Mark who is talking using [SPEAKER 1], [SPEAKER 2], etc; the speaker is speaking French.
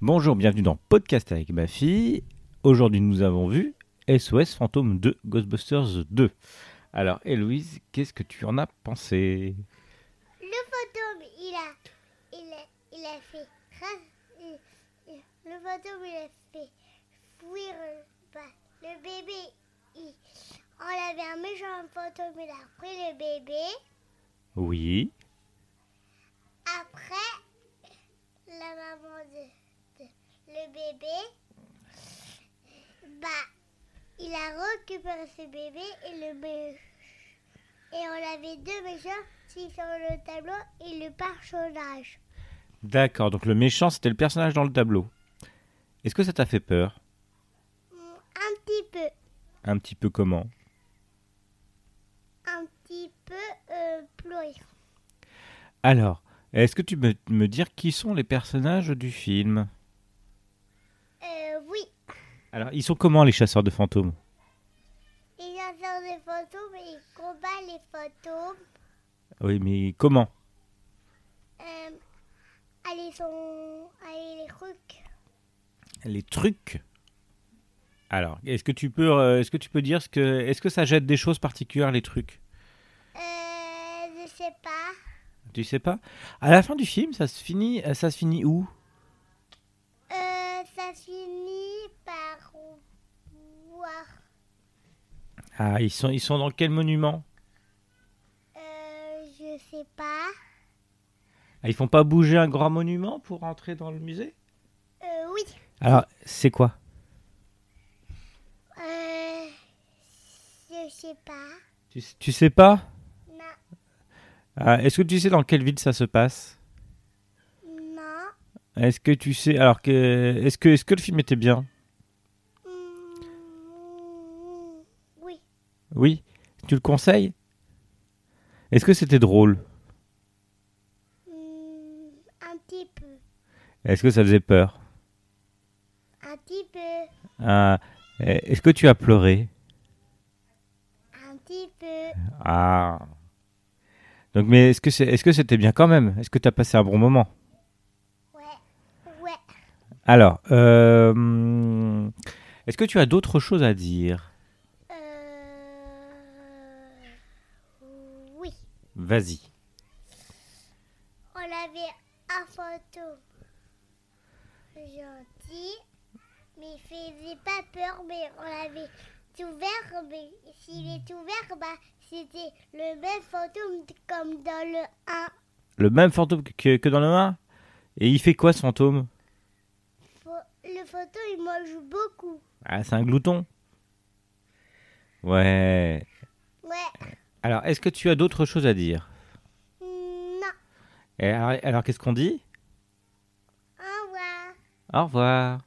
[SPEAKER 1] Bonjour, bienvenue dans Podcast avec ma fille. Aujourd'hui, nous avons vu SOS Fantôme 2 Ghostbusters 2. Alors, Héloïse, qu'est-ce que tu en as pensé
[SPEAKER 2] Le fantôme, il a, il a, il a fait. ra- il- il- Le fantôme, il a fait fuir le, ba- le bébé. Il, on l'avait un méchant fantôme, il a pris le bébé.
[SPEAKER 1] Oui.
[SPEAKER 2] Après, la maman de, de- le bébé, bah, il a récupéré ce bébé et le mé- Et on avait deux méchants, qui sur le tableau et le parchonnage.
[SPEAKER 1] D'accord, donc le méchant, c'était le personnage dans le tableau. Est-ce que ça t'a fait peur
[SPEAKER 2] Mm, Un petit peu.
[SPEAKER 1] Un petit peu comment
[SPEAKER 2] Un petit peu euh, pleurer.
[SPEAKER 1] Alors, est-ce que tu peux me dire qui sont les personnages du film
[SPEAKER 2] Euh, oui.
[SPEAKER 1] Alors, ils sont comment les chasseurs de fantômes
[SPEAKER 2] Il y a dans des fantômes et il combat les fantômes.
[SPEAKER 1] Oui, mais comment
[SPEAKER 2] Euh, allez, son... allez, les trucs.
[SPEAKER 1] Les trucs. Alors, est-ce que tu peux, euh, est-ce que tu peux dire ce que, est-ce que ça jette des choses particulières les trucs
[SPEAKER 2] Euh, je sais pas.
[SPEAKER 1] Tu sais pas À la fin du film, ça se finit, euh, ça se finit où
[SPEAKER 2] Euh, ça finit par voir
[SPEAKER 1] Ah, ils sont, ils sont dans quel monument
[SPEAKER 2] Euh, je sais pas.
[SPEAKER 1] ah, Ils font pas bouger un grand monument pour entrer dans le musée
[SPEAKER 2] Euh, oui.
[SPEAKER 1] Alors, c'est quoi
[SPEAKER 2] Euh, je sais pas.
[SPEAKER 1] tu, tu sais pas
[SPEAKER 2] Non.
[SPEAKER 1] Ah, Est-ce que tu sais dans quelle ville ça se passe
[SPEAKER 2] Non.
[SPEAKER 1] Est-ce que tu sais Alors que, est-ce que, est-ce que le film était bien
[SPEAKER 2] Mm, Oui.
[SPEAKER 1] Oui. Tu le conseilles Est-ce que c'était drôle
[SPEAKER 2] Hmm, un petit peu.
[SPEAKER 1] Est-ce que ça faisait peur
[SPEAKER 2] Un petit peu.
[SPEAKER 1] Ah, euh, Est-ce que tu as pleuré
[SPEAKER 2] Un petit peu.
[SPEAKER 1] Ah. Donc, mais est-ce que c'est, est-ce que c'était bien quand même Est-ce que tu as passé un bon moment
[SPEAKER 2] Ouais. Ouais.
[SPEAKER 1] Alors, euh, hum, est-ce que tu as d'autres choses à dire
[SPEAKER 2] Euh... Oui.
[SPEAKER 1] Vas-y.
[SPEAKER 2] On avait un fantôme gentil, mais il faisait pas peur, mais on l'avait ouvert, mais s'il est ouvert, bah, c'était le même fantôme comme dans le 1.
[SPEAKER 1] Le même fantôme que, que dans le 1 Et il fait quoi ce fantôme
[SPEAKER 2] Faut- Le fantôme, il mange beaucoup.
[SPEAKER 1] Ah, c'est un glouton. Ouais.
[SPEAKER 2] Ouais.
[SPEAKER 1] Alors, est-ce que tu as d'autres choses à dire
[SPEAKER 2] Non.
[SPEAKER 1] Et alors, alors, qu'est-ce qu'on dit
[SPEAKER 2] Au revoir.
[SPEAKER 1] Au revoir.